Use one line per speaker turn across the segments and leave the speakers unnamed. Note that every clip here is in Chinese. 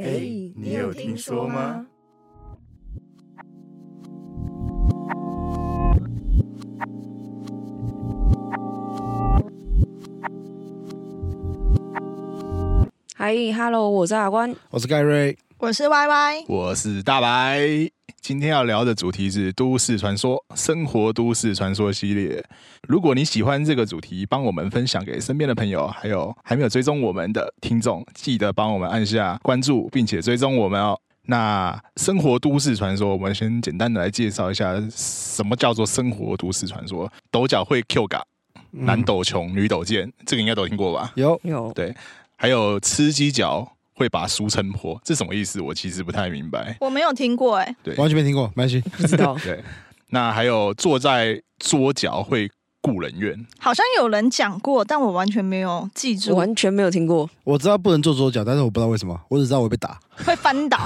哎，你有听说吗？
嗨，Hello，我是阿关。
我是盖瑞，
我是 Y Y，
我是大白。今天要聊的主题是都市传说，生活都市传说系列。如果你喜欢这个主题，帮我们分享给身边的朋友，还有还没有追踪我们的听众，记得帮我们按下关注，并且追踪我们哦。那生活都市传说，我们先简单的来介绍一下什么叫做生活都市传说。抖脚会 Q 嘎，
嗯
男抖穷，女抖贱，这个应该都听过吧？
有
有
对还有吃鸡脚会把书撑破，这什么意思？我其实不太明白。
我没有听过哎、
对，
完全没听过，没关系。
不知道
对，那还有坐在桌角会顾人怨，
好像有人讲过，但我完全没有记
我
住。
完全没有听 过。
我知道不能做左脚，但是我不知道为什么，我只知道我被打。
会翻 倒，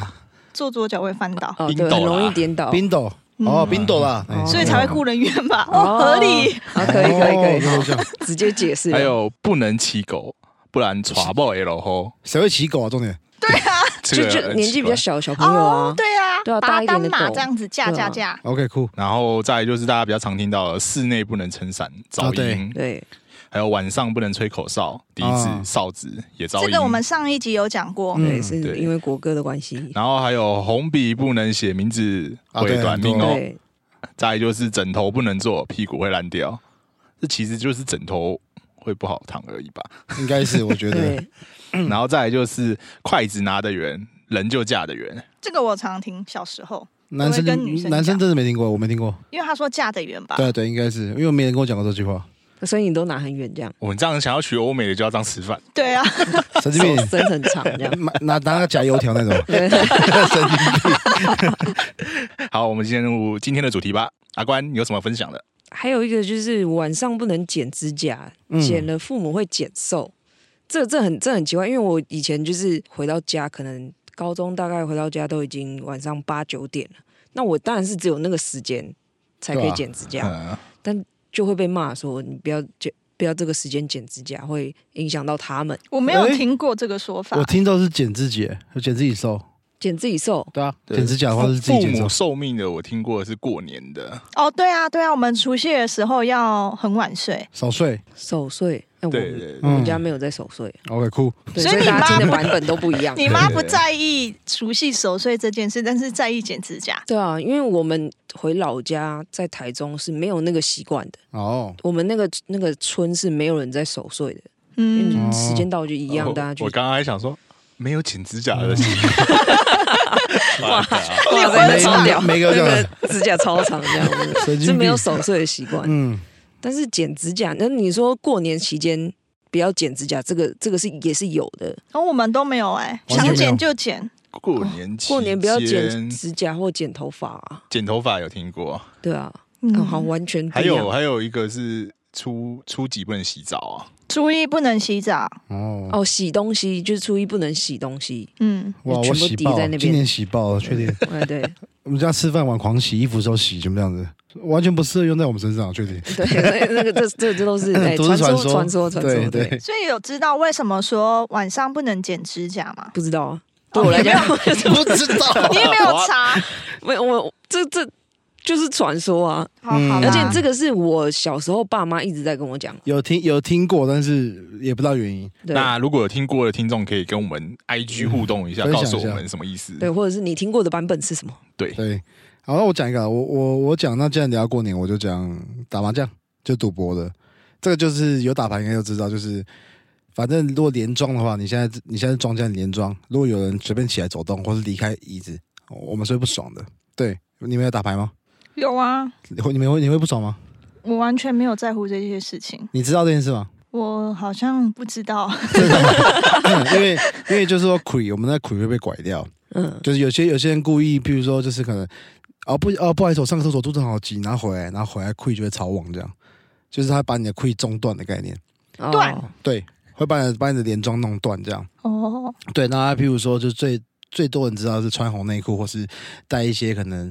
坐左脚会翻倒，
哦，
冰
对，
斗
很容易
啦
颠倒。
冰斗
嗯
哦，冰斗啦，
哦
所以才会雇人怨吧？
哦
哦，合理。
啊，可以可以可以，
哦有印象
直接解释。
还有不能骑狗，不然耍爆 L 吼。
谁会骑狗啊？重点
对啊，
这
就
个
就
很
年
奇
纪比较
怪哦
小的小朋友啊，
对啊，
对啊
把
大
它
一点
当
的
马
狗
这样子架
对啊
架架。
，OK，酷。
然后再来就是大家比较常听到的室内不能撑伞
啊
噪
对
音，
对
还有晚上不能吹口哨、笛子、
啊
哨子也噪音。
这个我们上一集有讲过，
对，
嗯
是
对
因为国歌的关系。
然后还有红笔不能写名字
啊
会
对
短
很
命
多
哦，
对，
再来就是枕头不能坐，屁股会烂掉。这其实就是枕头会不好躺而已吧。
应该是我觉得
对，
嗯
然后再来就是筷子拿得远，人就嫁得远。
这个我常听，小时候，
男生
我会跟女生讲
男生真的没听过，我没听过。
因为他说嫁得远吧，
对对，应该是因为没人跟我讲过这句话，
所以你都拿很远这样，
我们这样想要学欧美的就要这样吃饭，
对啊，
神经
手
病，
伸很长这样。
拿拿拿个夹油条 那种。
对
好，我们进入今天的主题吧。阿关，你有什么分享的？
还有一个就是晚上不能剪指甲，
嗯
剪了父母会减寿。这这很这很奇怪，因为我以前就是回到家，可能高中大概回到家都已经晚上八九点了，那我当然是只有那个时间才可
对
以
啊
剪指甲，
嗯，
就会被骂说你不要剪，不要这个时间剪指甲，会影响到他们
我没有
哎
听过这个说法
我。听到是剪指甲，剪自己瘦。
剪自己寿。
对啊，
对
剪指甲的话是自己
父
剪
母
瘦。
寿命的，我听过是过年的，
哦，对啊，对啊，我们除夕的时候要很晚睡，
少睡
守岁，哎、
对对
我
对
我们
嗯
家没有在守岁，
，OK，酷。
对，
所以
所以
你
大家听的
妈
版本都不一
啊
样。
你妈不
对
在意除夕守岁这件事，但是在意剪指甲。
对啊，因为我们回老家在台中是没有那个习惯的，
哦，
我们那个那个村是没有人在守岁的，因
嗯，
为时间到就一样，
我
大家就
哦我刚刚还想说没有剪指甲的习
嗯
惯，哇
你
哇塞
婚
超
纱
屌，
没没个这
那
样
个指甲超长这样子，
神经
是
病。
没有守岁的习惯。
嗯，
但是剪指甲，那你说过年期间不要剪指甲，这个这个是也是有的。
然后我们都没有哎，
完全没
想
有
剪就剪，
过年期间
过年不要剪指甲或剪头发啊，
剪头发，有听过？
对啊，嗯，
嗯，
好，完全不
还
一样
有还有一个是初初几不能洗澡啊，
初一不能洗澡，
哦，
哦，洗东西就是初一不能洗东西，
嗯，
哇，
全
我
部
洗
滴
爆
在
了
那，边
今年洗爆了，确定。
哎，对
我们家吃饭晚狂洗，衣服的时候洗，全部这样子，完全不适合用在我们身上，确定。
对，那那个这这这都 是哎，
都是
传说
说，
传说传说，
对
对，
对，
所以有知道为什么说晚上不能剪指甲吗？哦
不知道啊，对我来讲，
不知道
你也没有查，
没有我这这就是传说啊，
好好
嗯
吧，
而且这个是我小时候爸妈一直在跟我讲，
有听有听过，但是也不知道原因。
对
那如果有听过的听众，可以跟我们 IG 互动一下，
嗯分享
告
一下
诉我们什么意思。
对，或者是你听过的版本是什么？
对，
对，好，那我讲一个啊，我我我讲，那既然聊过年，我就讲打麻将，就赌博的，这个就是有打牌应该就知道，就是反正如果连庄的话，你现在你现在庄家连庄，如果有人随便起来走动或是离开椅子，我们是会不爽的。对，你们有打牌吗？
有啊，
你会你们会你会不爽吗？
我完全没有在乎这些事情，
你知道这件事吗？
我好像不知道，
真的吗 因为因为就是说魁，我们那魁会被拐掉，
嗯，
就是有些有些人故意，譬如说就是可能哦不哦不好意思，我上个厕所肚子好急，然后回来，然后回来魁就会吵网这样，就是他把你的魁中断的概念，
哦
断
对，会把你的把你的连装弄断这样。
哦，
对，那他譬如说就最最多人知道是穿红内裤，或是带一些可能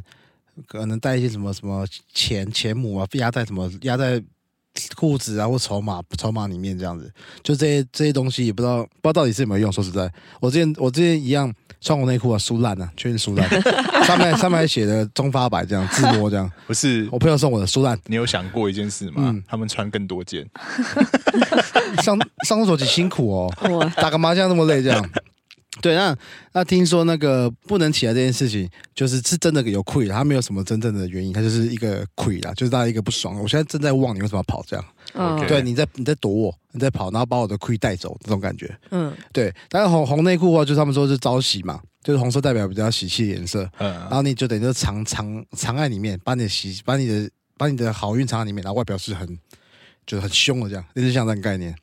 可能带一些什么什么钱钱母啊，压在什么压在裤子啊或筹码筹码里面这样子，就这些这些东西也不知道不知道到底是有没有用。说实在，我之前我之前一样穿我内裤啊，输烂啊，确定输烂，上面上面还写的中发白这样自摸这样，
不是
我朋友送我的输烂，
你有想过一件事吗？
嗯
他们穿更多件，
上上厕所几辛苦哦，
哇，
打个麻将那么累这样。 对，那那听说那个不能起来这件事情，就是是真的有愧，他没有什么真正的原因，他就是一个愧啦，就是大家一个不爽。我现在正在望你为什么要跑这样，
嗯
OK
对，你在你在躲我，你在跑，然后把我的愧带走，这种感觉。
嗯，
对，但是红红内裤的话，就是他们说是招喜嘛，就是红色代表比较喜气的颜色，然
嗯，
后你就等于就藏藏藏在里面，把你的喜，把你的把你的好运藏在里面，然后外表是很就是很凶的这样，类似像这样概念，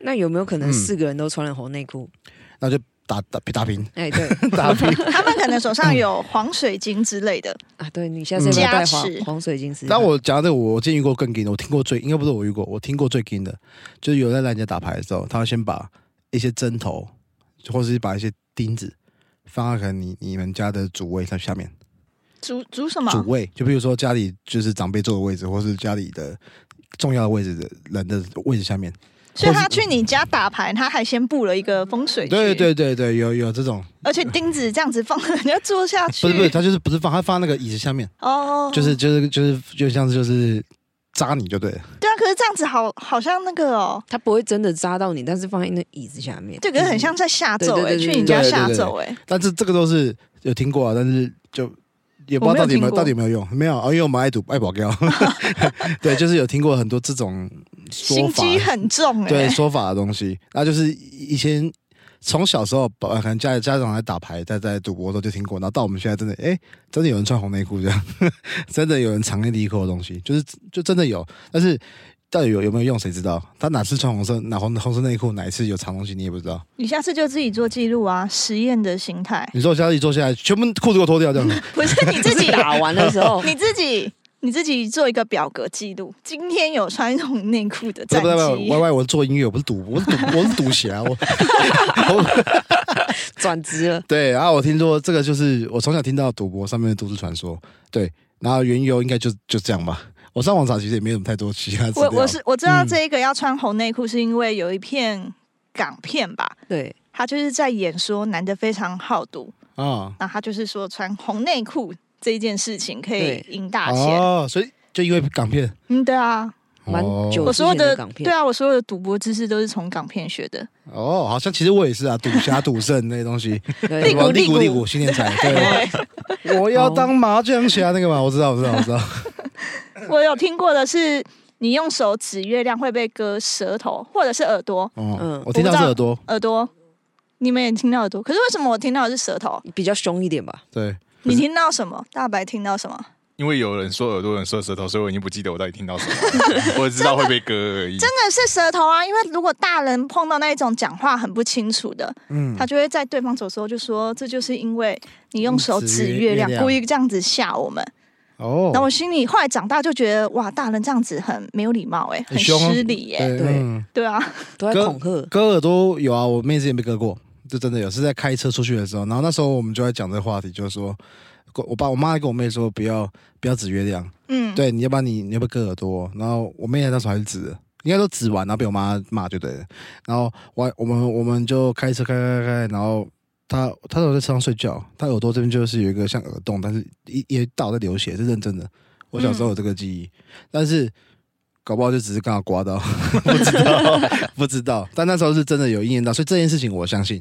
那有没有可能
嗯
四个人都穿了红内裤？
那就打打打平
哎，对
打平。
他们可能手上有黄水晶之类的，
啊，对你下次要不要
嗯
带
加
黄
持
黄水晶丝？
但我讲到这个，我见遇过更劲的，我听过最应该不是我遇过，我听过最劲的，就是有人在来人家打牌的时候，他会先把一些针头，或者是把一些钉子放在可能你你们家的主位上下面，
煮煮什么？
主位就比如说家里就是长辈坐的位置，或是家里的重要的位置的人的位置下面。
所以他去你家打牌，他还先布了一个风水区，
对，对对对，有有这种，
而且钉子这样子放， 人家坐下去，
不是不是，他就是不是放，他放在那个椅子下面，
哦，
就是就是就是就像是就是扎你就对了。
对啊，可是这样子好，好像那个哦，
它不会真的扎到你，但是放在那椅子下面，
这个很像在下咒
对
哎、
对对
去
对
你家下咒哎、
但是这个都是有听过啊，但是就也不知道到底有没有
我
到底
没
有没有用，没有啊，因为我们爱赌爱 保镖，对，就是有听过很多这种说
心
法，
机很重哎、
对说法的东西，那就是以前从小时候，爸可能家里家长在打牌，在在赌博的时候就听过，然后到我们现在真的，哎、真的有人穿红内裤这样， 真的有人藏内里口的东西，就是就真的有，但是。到底有有没有用？谁知道？他哪次穿红色，哪红红色内裤，哪一次有藏东西，你也不知道。
你下次就自己做记录啊，实验的心态，
你说我家里坐下来，全部裤子给我脱掉，这样子。
不是你 自己，
打哦完的时 候
你自己。你自己做一个表格记录，今天有穿红内裤的
不
战
是不是不是
绩
，Y，Y，我是做音乐，我不是赌，我是赌，我是赌侠。我我
转职了，
对，然后我听说这个就是我从小听到赌博上面的都市传说，对，然后缘由应该就就这样吧。我上网查其实也没有什么太多其他资料。
我我是我知道
嗯
这一个要穿红内裤是因为有一片港片吧，
对，
他就是在演说男的非常好赌，
啊，
那他就是说穿红内裤这一件事情可以
对
赢大钱。
哦，所以就因为港片，
嗯，对啊，
蛮
哦
久
我所有
之前的
的
港片
对啊，我所有的赌博知识都是从港片学的。
哦，好像其实我也是啊，赌侠、赌圣那些东西，
对
立
什么
股
立
立
立
股
股新年财，对，我要当麻将侠那个嘛，我知道，我知道，我知道，
我有听过的是，你用手指月亮会被割舌头，或者是耳朵，
哦
嗯，
我听到是耳朵，
耳朵。你们也听到耳朵，可是为什么我听到的是舌头？
比较凶一点吧。
对，
你听到什么？大白听到什么？
因为有人说耳朵，有人说舌头，所以我已经不记得我到底听到什么了，我只知道会被割而已。
真的是舌头啊！因为如果大人碰到那一种讲话很不清楚的，
嗯
他，就会在对方走的时候就说：“这就是因为你用手
指
指
月
月亮
月，亮
故意这样子吓我们。”
哦
然后我心里后来长大就觉得，哇，大人这样子很没有礼貌、欸，哎，很
很凶啊
失礼、欸，哎，
对
对
嗯
对啊，
都在
跟
恐吓，
割耳朵有啊，我妹之前被割过，这真的有，是在开车出去的时候，然后那时候我们就在讲这个话题，就是说。我爸我妈还跟我妹说不要不要指月亮，
嗯，
对，你要不然你你要不要割耳朵？然后我妹那时候还是指的，应该都指完，然后被我妈骂就对了。然后我我们我们就开车开开开，然后她她那时候在车上睡觉，她耳朵这边就是有一个像耳洞，但是一一道在流血，是认真的。我小时候有这个记忆，但是搞不好就只是刚好刮到，不知道不知道。但那时候是真的有应验到，所以这件事情我相信，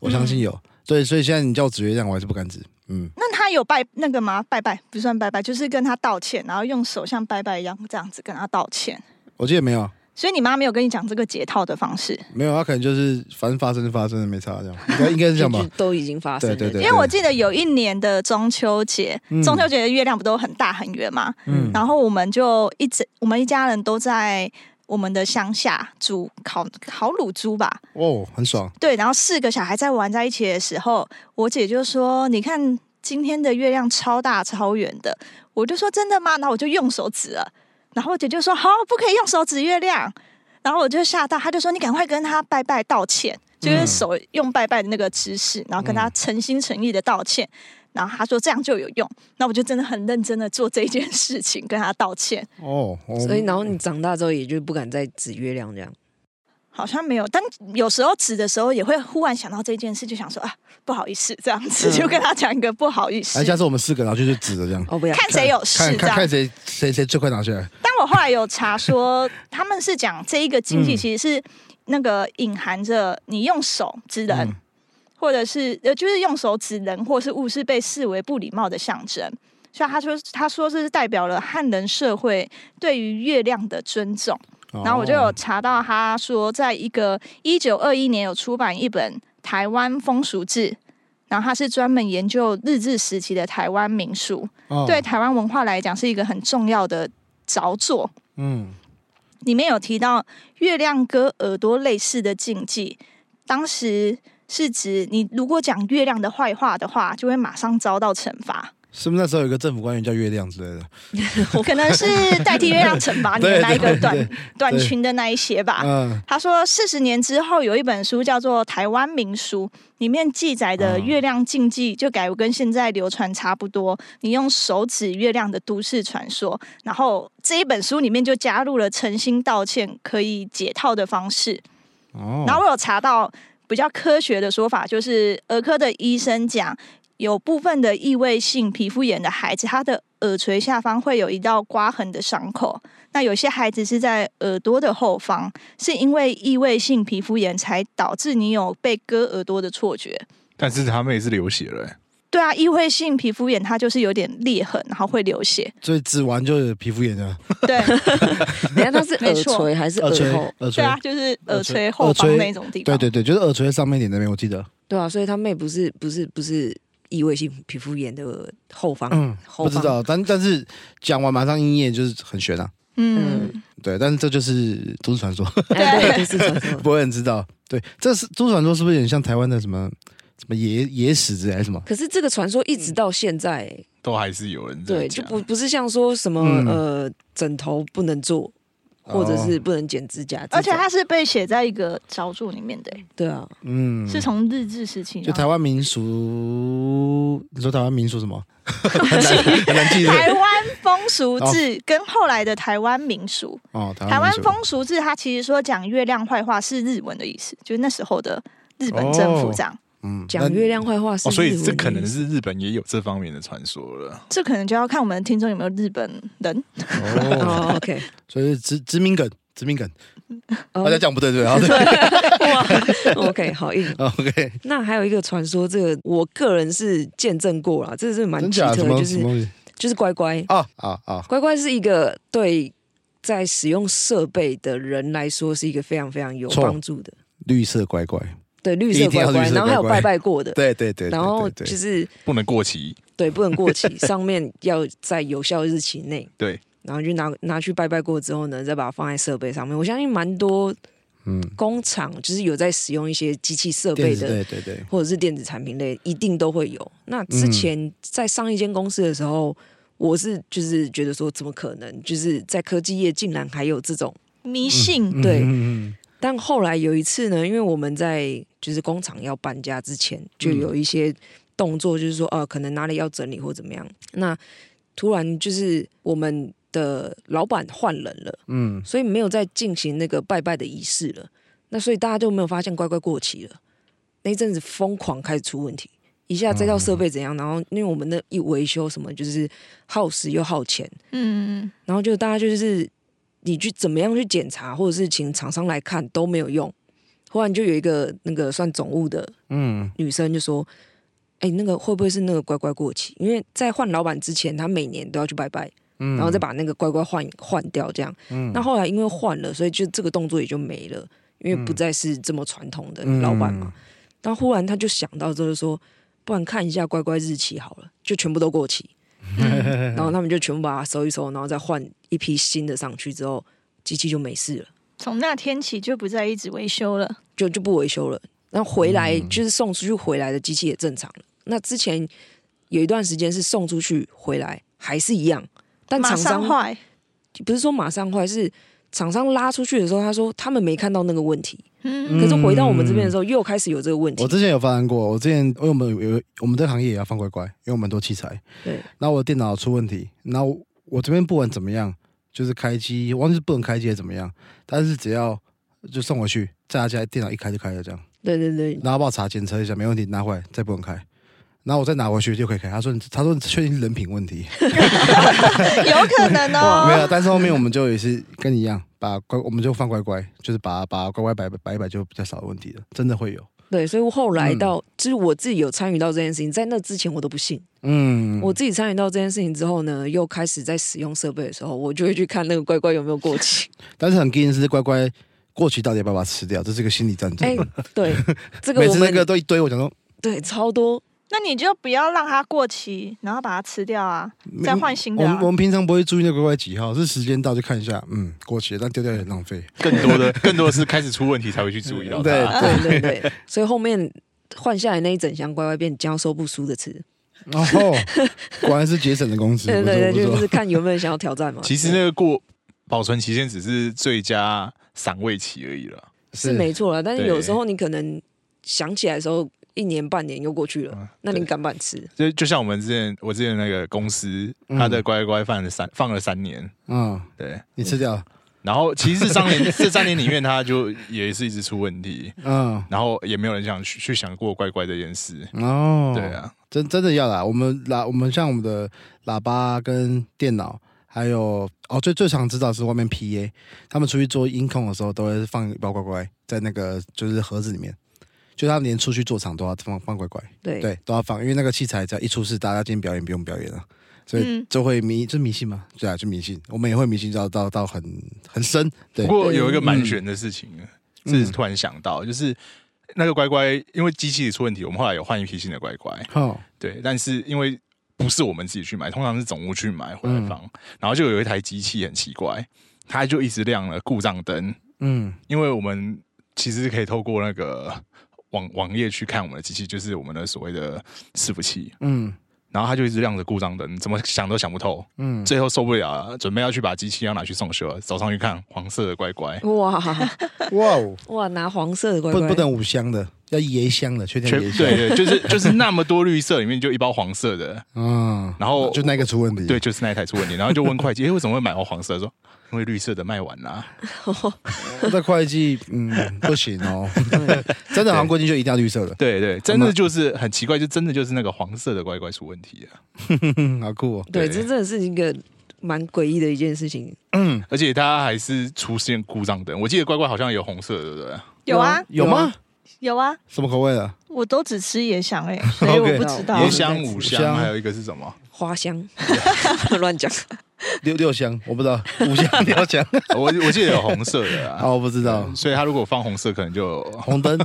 我相信有。对，所以现在你叫我指月亮，我还是不敢指。嗯，
那他有拜那个吗？拜拜不算拜拜，就是跟他道歉，然后用手像拜拜一样这样子跟他道歉。
我记得没有，啊
所以你妈没有跟你讲这个解套的方式，没
没有，他可能就是反正发生就发生了，没差这样，应该应该是这样
就
吧
就。都已经发生了。
对对对
有因为我记得有一年的中秋节，
嗯
中秋节的月亮不都很大很圆嘛，
嗯
然后我们就一直我们一家人都在我们的乡下煮烤烤乳猪吧，
哦，很爽，
对，然后四个小孩在玩在一起的时候，我姐就说：“你看今天的月亮超大超圆的。”我就说：“真的吗？”然后我就用手指了，然后我姐就说：“好、不可以用手指月亮。”然后我就吓到，她就说：“你赶快跟她拜拜道歉。”就是手用拜拜的那个姿势，然后跟他诚心诚意的道歉。然后他说这样就有用，那我就真的很认真的做这件事情，跟他道歉。
哦，我
所以然后你长大之后，也就不敢再指月亮这样。
好像没有，但有时候指的时候也会忽然想到这件事，就想说啊，不好意思，这样子、就跟他讲一个不好意思
嗯哎，，下次我们四个，然后就是指着这样，
哦，不要，
看谁有事
看
这
看
样
看谁谁谁最快拿下来。
但我后来有查说，他们是讲这一个禁忌
嗯
其实是那个隐含着你用手指人，
嗯
或者是呃，就是用手指人或是物是被视为不礼貌的象征。所以他说，他说这是代表了汉人社会对于月亮的尊重。然后我就有
哦
查到，他说在一个一九二一年有出版一本《台湾风俗志》，然后他是专门研究日治时期的台湾民俗，
哦
对台湾文化来讲是一个很重要的着作。
嗯
里面有提到月亮割耳朵类似的禁忌，当时是指你如果讲月亮的坏话的话，就会马上遭到惩罚，
是不是那时候有一个政府官员叫月亮之类的？
可能是代替月亮惩罚你的那一个
对对
短
对
短裙的那一些吧。
嗯，
他说，四十年之后有一本书叫做《台湾民俗》，里面记载的月亮禁忌就改为跟现在流传差不多，你用手指月亮的都市传说。然后这一本书里面就加入了诚心道歉可以解套的方式。
哦，
然后我有查到比较科学的说法，就是儿科的医生讲，有部分的异位性皮肤炎的孩子，他的耳垂下方会有一道刮痕的伤口。那有些孩子是在耳朵的后方，是因为异位性皮肤炎才导致你有被割耳朵的错觉。
但是他们也是流血了、欸
对啊，异位性皮肤炎它就是有点裂痕，然后会流血。
所以指完就是皮肤炎的，
对
等一下他是
没
耳
错
垂还是
耳垂
耳后？
耳
对
垂
啊，，就是耳垂后
耳垂
方那种地方。
对对对，就是耳垂上面一点那边，我记
哦
得，
对啊，所以他妹不是不是不是异位性皮肤炎的后方，
嗯，
后
不
方
知道，但但是讲完马上应验就是很悬啊，
嗯，
对，但是这就是都市传说，
哎对，就是传说
不会很知道，对，这是都市传说是不是有点像台湾的什么什么野野史之类还是什么？
可是这个传说一直到现在、
都还是有人在
对，就
讲
不不是像说什么、
嗯哦
呃枕头不能做，或者是不能剪指甲这种，
而且它是被写在一个着作里面的、
对啊，
嗯，
是从日治时期，
就台湾民俗，你说台湾民俗 什么？
很难记
台湾风俗志跟后来的台湾民俗，
哦，台
台湾
民俗
风俗志它其实说讲月亮坏话是日文的意思，就是那时候的日本政府这样。
嗯，
讲
那
月亮坏话是、
哦，所以这可能。是日本也有这方面的传说了。
这可能就要看我们的听众有没有日本人。
哦，
哦、o k
所以是殖殖民梗，殖民梗，
哦
大家讲不对对， 然后对
o k 好硬。
，OK，
那还有一个传说，这个我个人是见证过了，这个是蛮
真
奇
假
特
什
的，
么
就
什么
是
东西
就是乖乖，
啊啊啊！
乖乖是一个对在使用设备的人来说是一个非常非常有
错
帮助的，
绿色乖乖，
对绿色
一定
乖
要
乖，
绿色
然后还有
乖乖
拜拜过的，
对对对，对
然后
对对
就是
不能过期，
对不能过 期，上面要在有效日期内，
对，
然后就拿拿去拜拜过之后呢，再把它放在设备上面。我相信蛮多
嗯，
工厂就是有在使用一些机器设备
电子
的
对对对，
或者是电子产品类，一定都会有。那之前在上一间公司的时候，我是就是觉得说，怎么可能？就是在科技业竟然还有这种。
迷信，
对
嗯嗯
但后来有一次呢，因为我们在就是工厂要搬家之前，就有一些动作，就是说，呃，可能哪里要整理或怎么样。那突然就是我们的老板换人了，
嗯，
所以没有再进行那个拜拜的仪式了。那所以大家就没有发现乖乖过期了。那一阵子疯狂开始出问题，一下这套设备怎样，然后因为我们那一维修什么，就是耗时又耗钱，
嗯，
然后就大家就是你去怎么样去检查，或者是请厂商来看都没有用。忽然就有一个那个算总务的
嗯
女生就说：“哎、那个会不会是那个乖乖过期？因为在换老板之前，她每年都要去拜拜，
嗯，
然后再把那个乖乖换换掉这样。
嗯
那后来因为换了，所以就这个动作也就没了，因为不再是这么传统的
嗯
老板嘛。但忽然他就想到，就是说，不然看一下乖乖日期好了，就全部都过期。
嗯
然后他们就全部把它收一收，然后再换一批新的上去之后，机器就没事了，
从那天起就不再一直维修了。
就就不维修了。那回来、
嗯
就是送出去回来的机器也正常了。那之前有一段时间是送出去回来还是一样，但
马
厂
上
商
坏，
不是说马上坏，是厂商拉出去的时候，他说他们没看到那个问题，
嗯，
可是回到我们这边的时候，又开始有这个问题
我。之前有发生过，我之前因为我们有有我们这个行业也要放乖乖，因为我们很多器材。
对，
那我的电脑出问题，那我我这边不管怎么样，就是开机，忘记是不能开机还是怎么样，但是只要就送回去，在他家电脑一开就开了这样，
对对对，
然后帮我查检测一下，没问题，拿回来再不能开，然后我再拿回去就可以开。他说你他说你确定是人品问题，
有可能
没
哦。
有，但是后面我们就也是跟你一样，把乖我们就放乖乖，就是把把乖乖摆摆一摆就比较少问题了，真的会有。
对，所以后来到，就是我自己有参与到这件事情，在那之前我都不信。
嗯，
我自己参与到这件事情之后呢，又开始在使用设备的时候，我就会去看那个乖乖有没有过 期。
但是很惊的是乖乖过期到底要不要把它吃掉，这是一个心理战争。
哎、对，这个
每
我
次那
们
个都一堆，我讲说
对超多，
那你就不要让它过期，然后把它吃掉啊，再换新
我
的、啊
们嗯我。们平常不会注意那个乖乖几号，是时间到就看一下，嗯，过期了，但丢掉也很 浪费。
更多的更多的是开始出问题才会去注意到它。
对
对对对，所以后面换下来那一整箱乖乖变将收不输的吃。
然后哦果然是节省的工资，
对对对，
我说
就
我
是
说，
看有没有想要挑战嘛。
其实那个过保存期限只是最佳赏味期而已了。
是没错啦，但是
对
有时候你可能想起来的时候，一年半年又过去
嗯
了，那你敢不敢吃？
就就像我们之前我之前那个公司，
嗯
他的乖乖放了三放了三年，
嗯，
对。
你吃掉了，
然后其实这三 年这三年里面，他就也是一直出问题，
嗯，
然后也没有人想去去想过乖乖这件事。
哦，
对，啊，
真真的要啦，我们喇我们像我们的喇叭跟电脑。还有哦，最最常知道是外面 PA，他们出去做音控的时候都会放一包乖乖在那个就是盒子里面，就他们连出去做场都要放放乖乖。
对
对，都要放，因为那个器材只要一出事，大家今天表演不用表演了，所以
嗯
就会迷，这迷信嘛，对啊，就迷信，我们也会迷信到到到很很深，对
不，过有一个蛮
嗯
悬的事情，啊
嗯
是突然想到，就是那个乖乖，因为机器出问题，我们后来有换一批新的乖乖，
哦，
对，但是因为不是我们自己去买，通常是总务去买回来放，
嗯
然后就有一台机器很奇怪，它就一直亮了故障灯，
嗯
因为我们其实可以透过那个网网页去看我们的机器，就是我们的所谓的伺服器，
嗯
然后它就一直亮着故障灯，怎么想都想不透，
嗯，
最后受不了了，准备要去把机器要拿去送修了，走上去看黄色的乖乖，
哇
哇哦，
哇，拿黄色的乖
不
乖，
不能五香的，要椰香的，确定
全
椰香，
对对，就是就是那么多绿色里面就一包黄色的，
嗯，
然后
就那个出问题，
对，，就是那一台出问题，然后就问会计，哎、为什么会买到黄色？说因为绿色的卖完啦、
那会计嗯不行 哦，
对
真的好像规定就一定要绿色的，
对对，
啊
真的就是很奇怪，就真的就是那个黄色的乖乖出问题了，
嗯，好酷哦，
对，
对
这真的是一个蛮诡异的一件事情。
而且它还是出现故障灯。我记得乖乖好像有红色的，对不对？
有啊，
有吗？
有啊，
什么口味的？
我都只吃野香哎、所以
OK
我不知道。
椰香、五
五
香，
香
还有一个是什么？
花 香，乱讲。
六六香，我不知道，五香六 香，
哦我我记得有红色的啊。
哦，我不知道，
所以它如果放红色，可能就
红灯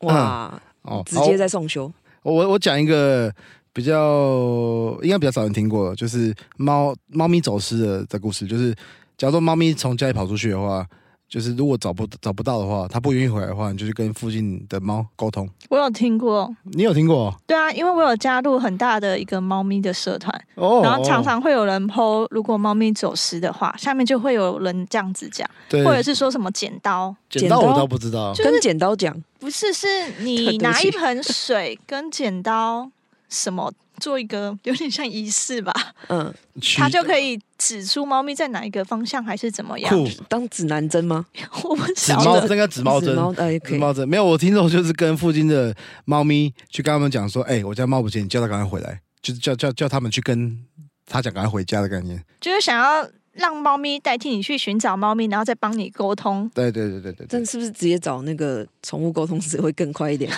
哇，
哦，
直接在送修。
我我我讲一个比较应该比较少人听过的，就是猫猫咪走失的的故事。就是假如说猫咪从家里跑出去的话，就是如果找不找不到的话，它不愿意回来的话，你就去跟附近的猫沟通。
我有听过，
你有听过哦
对啊，因为我有加入很大的一个猫咪的社团，
哦？
然后常常会有人 PO，如果猫咪走失的话，下面就会有人这样子讲，
对
或者是说什么剪刀，
捡到
剪
我
刀
倒不知道，
跟剪刀讲，
不是，是
对
你
不
拿
起
一盆水跟剪刀什么做一个有点像仪式吧，
嗯，
它就
以
可以指出猫咪在哪一个方向还是怎么样。
酷
当指南针吗？
我不
纸
晓
猫
得，
针跟纸猫
指
针。
猫哎，可
纸
以。
猫针没有，我听众就是跟附近的猫咪去跟他们讲说，哎、我家猫不见，你叫它赶快回来，就是叫叫叫他们去跟他讲赶快回家的概念。
就是想要让猫咪代替你去寻找猫咪，然后再帮你沟通。
对对对对对对，
但是不是直接找那个宠物沟通师会更快一 点？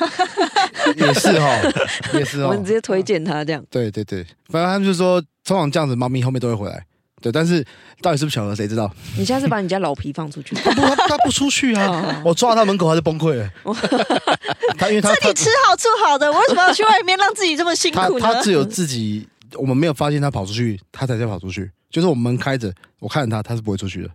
也是哦，也是
我
哦
们。直接推荐他这样。
对对对，反正他们就说，通常这样子，猫咪后面都会回来。对，但是到底是不是巧合，谁知道？
你下次把你家老皮放出 去。
不，它它不出去
哦
啊！我抓到它门口，它就崩溃 了。它因为它
那
它
你吃好住好的，我为什么要去外面让自己这么辛
它
苦呢
它？只有自己，我们没有发现它跑出去，它才在跑出去。就是我们门开着，我看着它，它是不会出去的。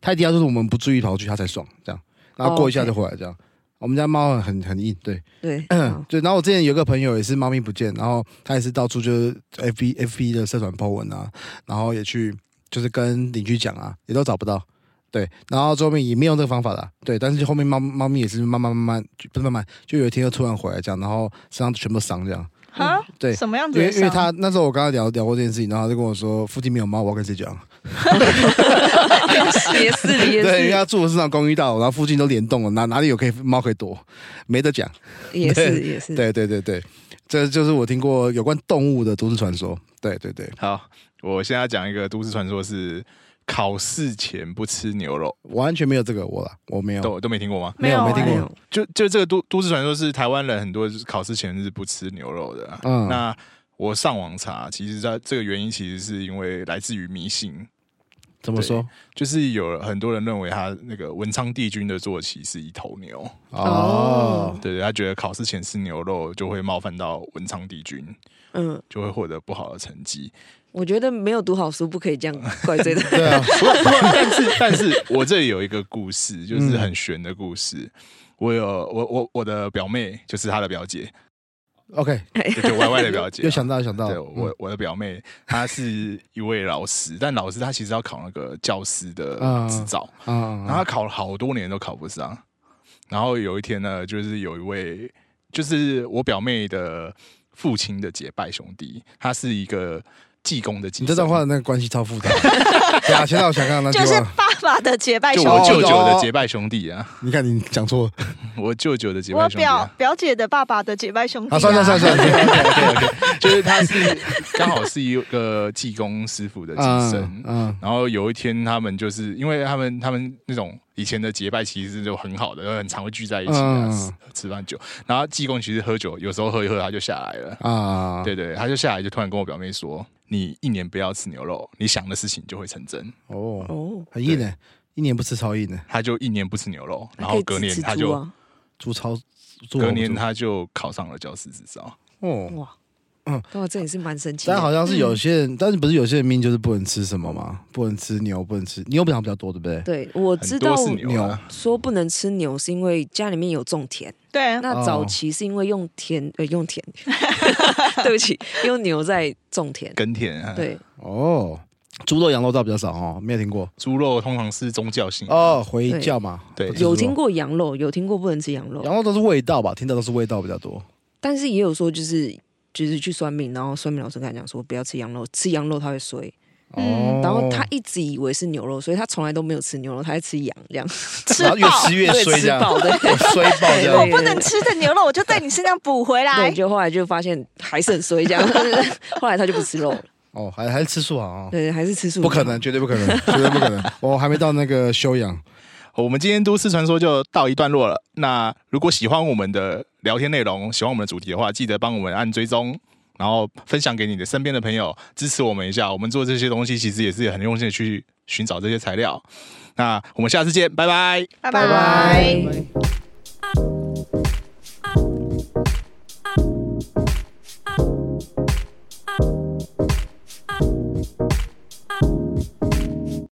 它一定要就是我们不注意跑出去，它才爽这样。然后过一
哦
下就回来这样。我们家猫很很很硬，对。
对，哦
嗯
哦
好，
对，然后我之前有一个朋友也是猫咪不见，然后他也是到处就是 F B F B 的社团 po 文啊，然后也去就是跟邻居讲啊，也都找不到。对，然后最后面也没有这个方法啦，对，但是后面猫猫咪也是慢慢慢慢，就不是慢慢，就有一天又突然回来这样，然后身上全部伤这样，
啊，
对
什么样子
因
的
为因为
伤？
他那时候我跟他聊聊过这件事情，然后他就跟我说附近没有猫，我要跟谁讲？
也是也
对，因为
是
他住的是那种公寓大楼，然后附近都联动了，哪哪里有可以猫可以躲，没得讲。
也是也是，
对对对对，这就是我听过有关动物的都市传说。对对对，
好，我现在要讲一个都市传说是考试前不吃牛肉，
我完全没有这个我啦，我没有，
都都没听过吗？
没有
没
没
有
听
哎
没
过
有。
就就这个都都市传说是台湾人很多就是考试前是不吃牛肉的啊、
嗯
那我上网查，其实它这个原因其实是因为来自于迷信，
怎么说？
就是有很多人认为他那个文昌帝君的坐骑是一头牛，
哦
哦，
对对，他觉得考试前吃牛肉就会冒犯到文昌帝君，
嗯，
就会获得不好的成绩。
我觉得没有读好书不可以这样怪罪的。
对啊，
不过不过但是但是我这里有一个故事，
嗯
就是很悬的故事。我有我我我的表妹，就是她的表姐，
，OK，
就就 Y Y 的表姐啊、
又想到又想到，嗯
对我我的表妹，她是一位老师，但老师她其实要考那个教师的
嗯
执照，
嗯
然后她考了好多年都考不上。然后有一天呢，就是有一位，就是我表妹的父亲的结拜兄弟，他是一个技工的技
你
生。
这段话的那个关系超复杂。对啊，前在我想看到那句
就是
话，
爸爸的结拜
就
兄
我
弟。
舅舅
哦
的
哦
结拜兄弟啊，
你看你讲错了。
我舅舅的结
我
拜兄弟、
表
啊。
表姐的爸爸的结拜兄弟、啊
啊好，算了算了 算了算了，
就是他是刚好是一个技工师傅的 寄生
嗯，嗯
然后有一天他们就是因为他们他们那种以前的结拜其实就很好的，很常会聚在一起啊，
嗯
吃饭酒。然后技工其实喝酒，有时候喝一喝他就下来了，
啊，
对对，他就下来就突然跟我表妹说：“你一年不要吃牛肉，你想的事情就会成真。”
哦，
哦，
很硬呢，一年不吃超硬呢，欸
他就一年不吃牛肉，
还
然
可
后
以
隔
自
年
吃
他
猪
就、
啊
猪超猪
隔
红
年
猪
他就考上了教师执照。
哦。
哇，
嗯
嗯，哇，这也是蛮神奇
但好
的。
像是有些人，但是不是有些人命就是不能吃什么嘛？不能吃牛，不能吃牛，比较比较多，对不对？
对，我知
很
道
多是牛啊，
说不能吃牛是因为家里面有种田，
哦
对，
那早期是因为用田呃用 田，对不起，用牛在种 田。
耕田啊，，
对，
哦，猪肉、羊肉倒比较少哦，没有听过
猪肉通常是宗教性的
哦，回教嘛，
嗯对
不吃猪肉
有听，过羊肉，有听过不能吃羊肉，
羊肉都是味道吧，听到都是味道比较多。
但是也有说就是就是去算命，然后算命老师跟他讲说不要吃羊肉，吃羊肉他会衰。
嗯
哦，
然后他一直以为是牛肉，所以他从来都没有吃牛肉，他在吃羊这样，
吃
然后越
爆。
吃越衰这样
吃，饱的。
衰爆
对
这样
对。
不能吃的牛肉，我就在你身上补回 来
对，。就后来就发现还是很衰这样，后来他就不吃肉了，
哦，还还是吃素好啊？
对，还是吃素。
不可能，绝对不可能，绝对不可能。我还没到那个修养。
我们今天都市传说就到一段落了。那如果喜欢我们的聊天内容，喜欢我们的主题的话，记得帮我们按追踪，然后分享给你的身边的朋友，支持我们一下。我们做这些东西其实也是很用心的去寻找这些材料。那我们下次见，拜拜。
拜
拜拜。